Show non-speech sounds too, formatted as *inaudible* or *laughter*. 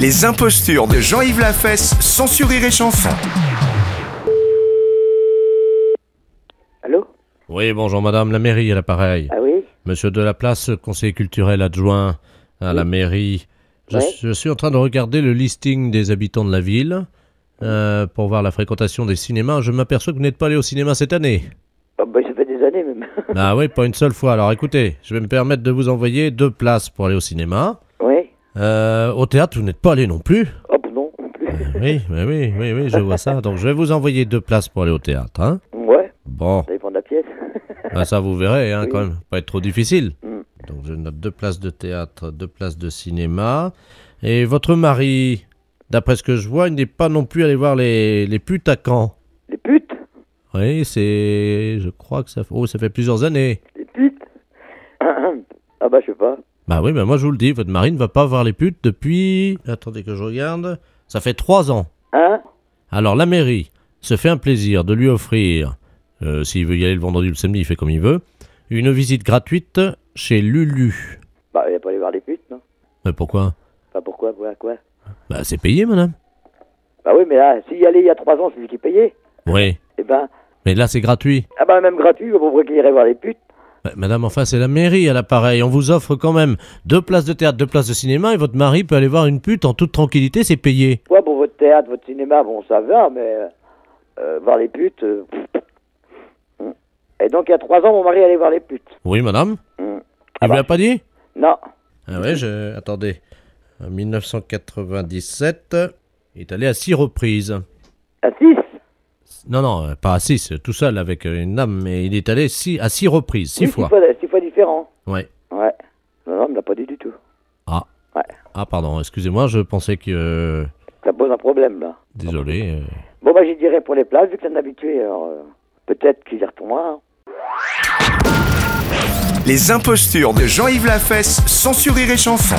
Les impostures de Jean-Yves Lafesse, sans sourire et chanson. Allô Oui, bonjour madame, la mairie à l'appareil. Ah oui Monsieur Delaplace, conseiller culturel adjoint à la mairie. Je, Ouais. je suis en train de regarder le listing des habitants de la ville euh, pour voir la fréquentation des cinémas. Je m'aperçois que vous n'êtes pas allé au cinéma cette année. Ah bah, Ça fait des années même. *laughs* Ah oui, pas une seule fois. Alors écoutez, je vais me permettre de vous envoyer deux places pour aller au cinéma. oui Euh, au théâtre, vous n'êtes pas allé non plus. Oh bah, non, non plus. *laughs* Oui, oui, oui, oui, oui, je vois ça. Donc je vais vous envoyer deux places pour aller au théâtre. Hein Ouais, bon, ça dépend de la pièce. Ah, ça vous verrez, hein, Oui. quand même. Pas être trop difficile. Mm. Donc je note deux places de théâtre, deux places de cinéma. Et votre mari, d'après ce que je vois, il n'est pas non plus allé voir les, les putes à Caen. Les putes Oui, c'est... Je crois que ça, fait- oh, ça fait plusieurs années. Les putes *clears throat* Ah bah je sais pas. Bah oui, mais moi je vous le dis, votre mari ne va pas voir les putes depuis... Attendez que je regarde. Ça fait trois ans. Hein Alors la mairie se fait un plaisir de lui offrir, euh, s'il veut y aller le vendredi ou le samedi, il fait comme il veut, une visite gratuite chez Lulu. Bah il a pas aller voir les putes, non Mais pourquoi Enfin pourquoi, pourquoi, quoi Bah c'est payé, madame. Bah oui, mais là, s'il y allait il y a trois ans, c'est lui qui payait. Oui, Eh ben, mais là c'est gratuit. ah bah même gratuit, pourquoi qu'il irait voir les putes Bah, madame, enfin c'est la mairie à l'appareil. On vous offre quand même deux places de théâtre, deux places de cinéma et votre mari peut aller voir une pute en toute tranquillité, c'est payé. Ouais, pour votre théâtre, votre cinéma, bon, ça va, mais euh, euh, voir les putes. euh, hmm. Et donc, il y a trois ans, mon mari allait voir les putes. Oui, madame Hmm. Elle vous l'a pas dit Non, Ah oui, je... Attendez. En 1997, il est allé à six reprises. à Ah, six. Non, non, euh, pas à six, euh, tout seul avec euh, une dame, mais il est allé six, à six reprises, six Oui, fois. Six fois différents. Ouais. Ouais. Non, non, il me l'a pas dit du tout. Ah. Ouais. Ah, pardon, excusez-moi, je pensais que. euh, Ça pose un problème, là. Désolé. euh. Bon, bah, j'y dirais pour les places, vu que c'est un habitué, alors euh, peut-être qu'il y retournera. hein. Les impostures de Jean-Yves Lafesse, sans sourire et chanson.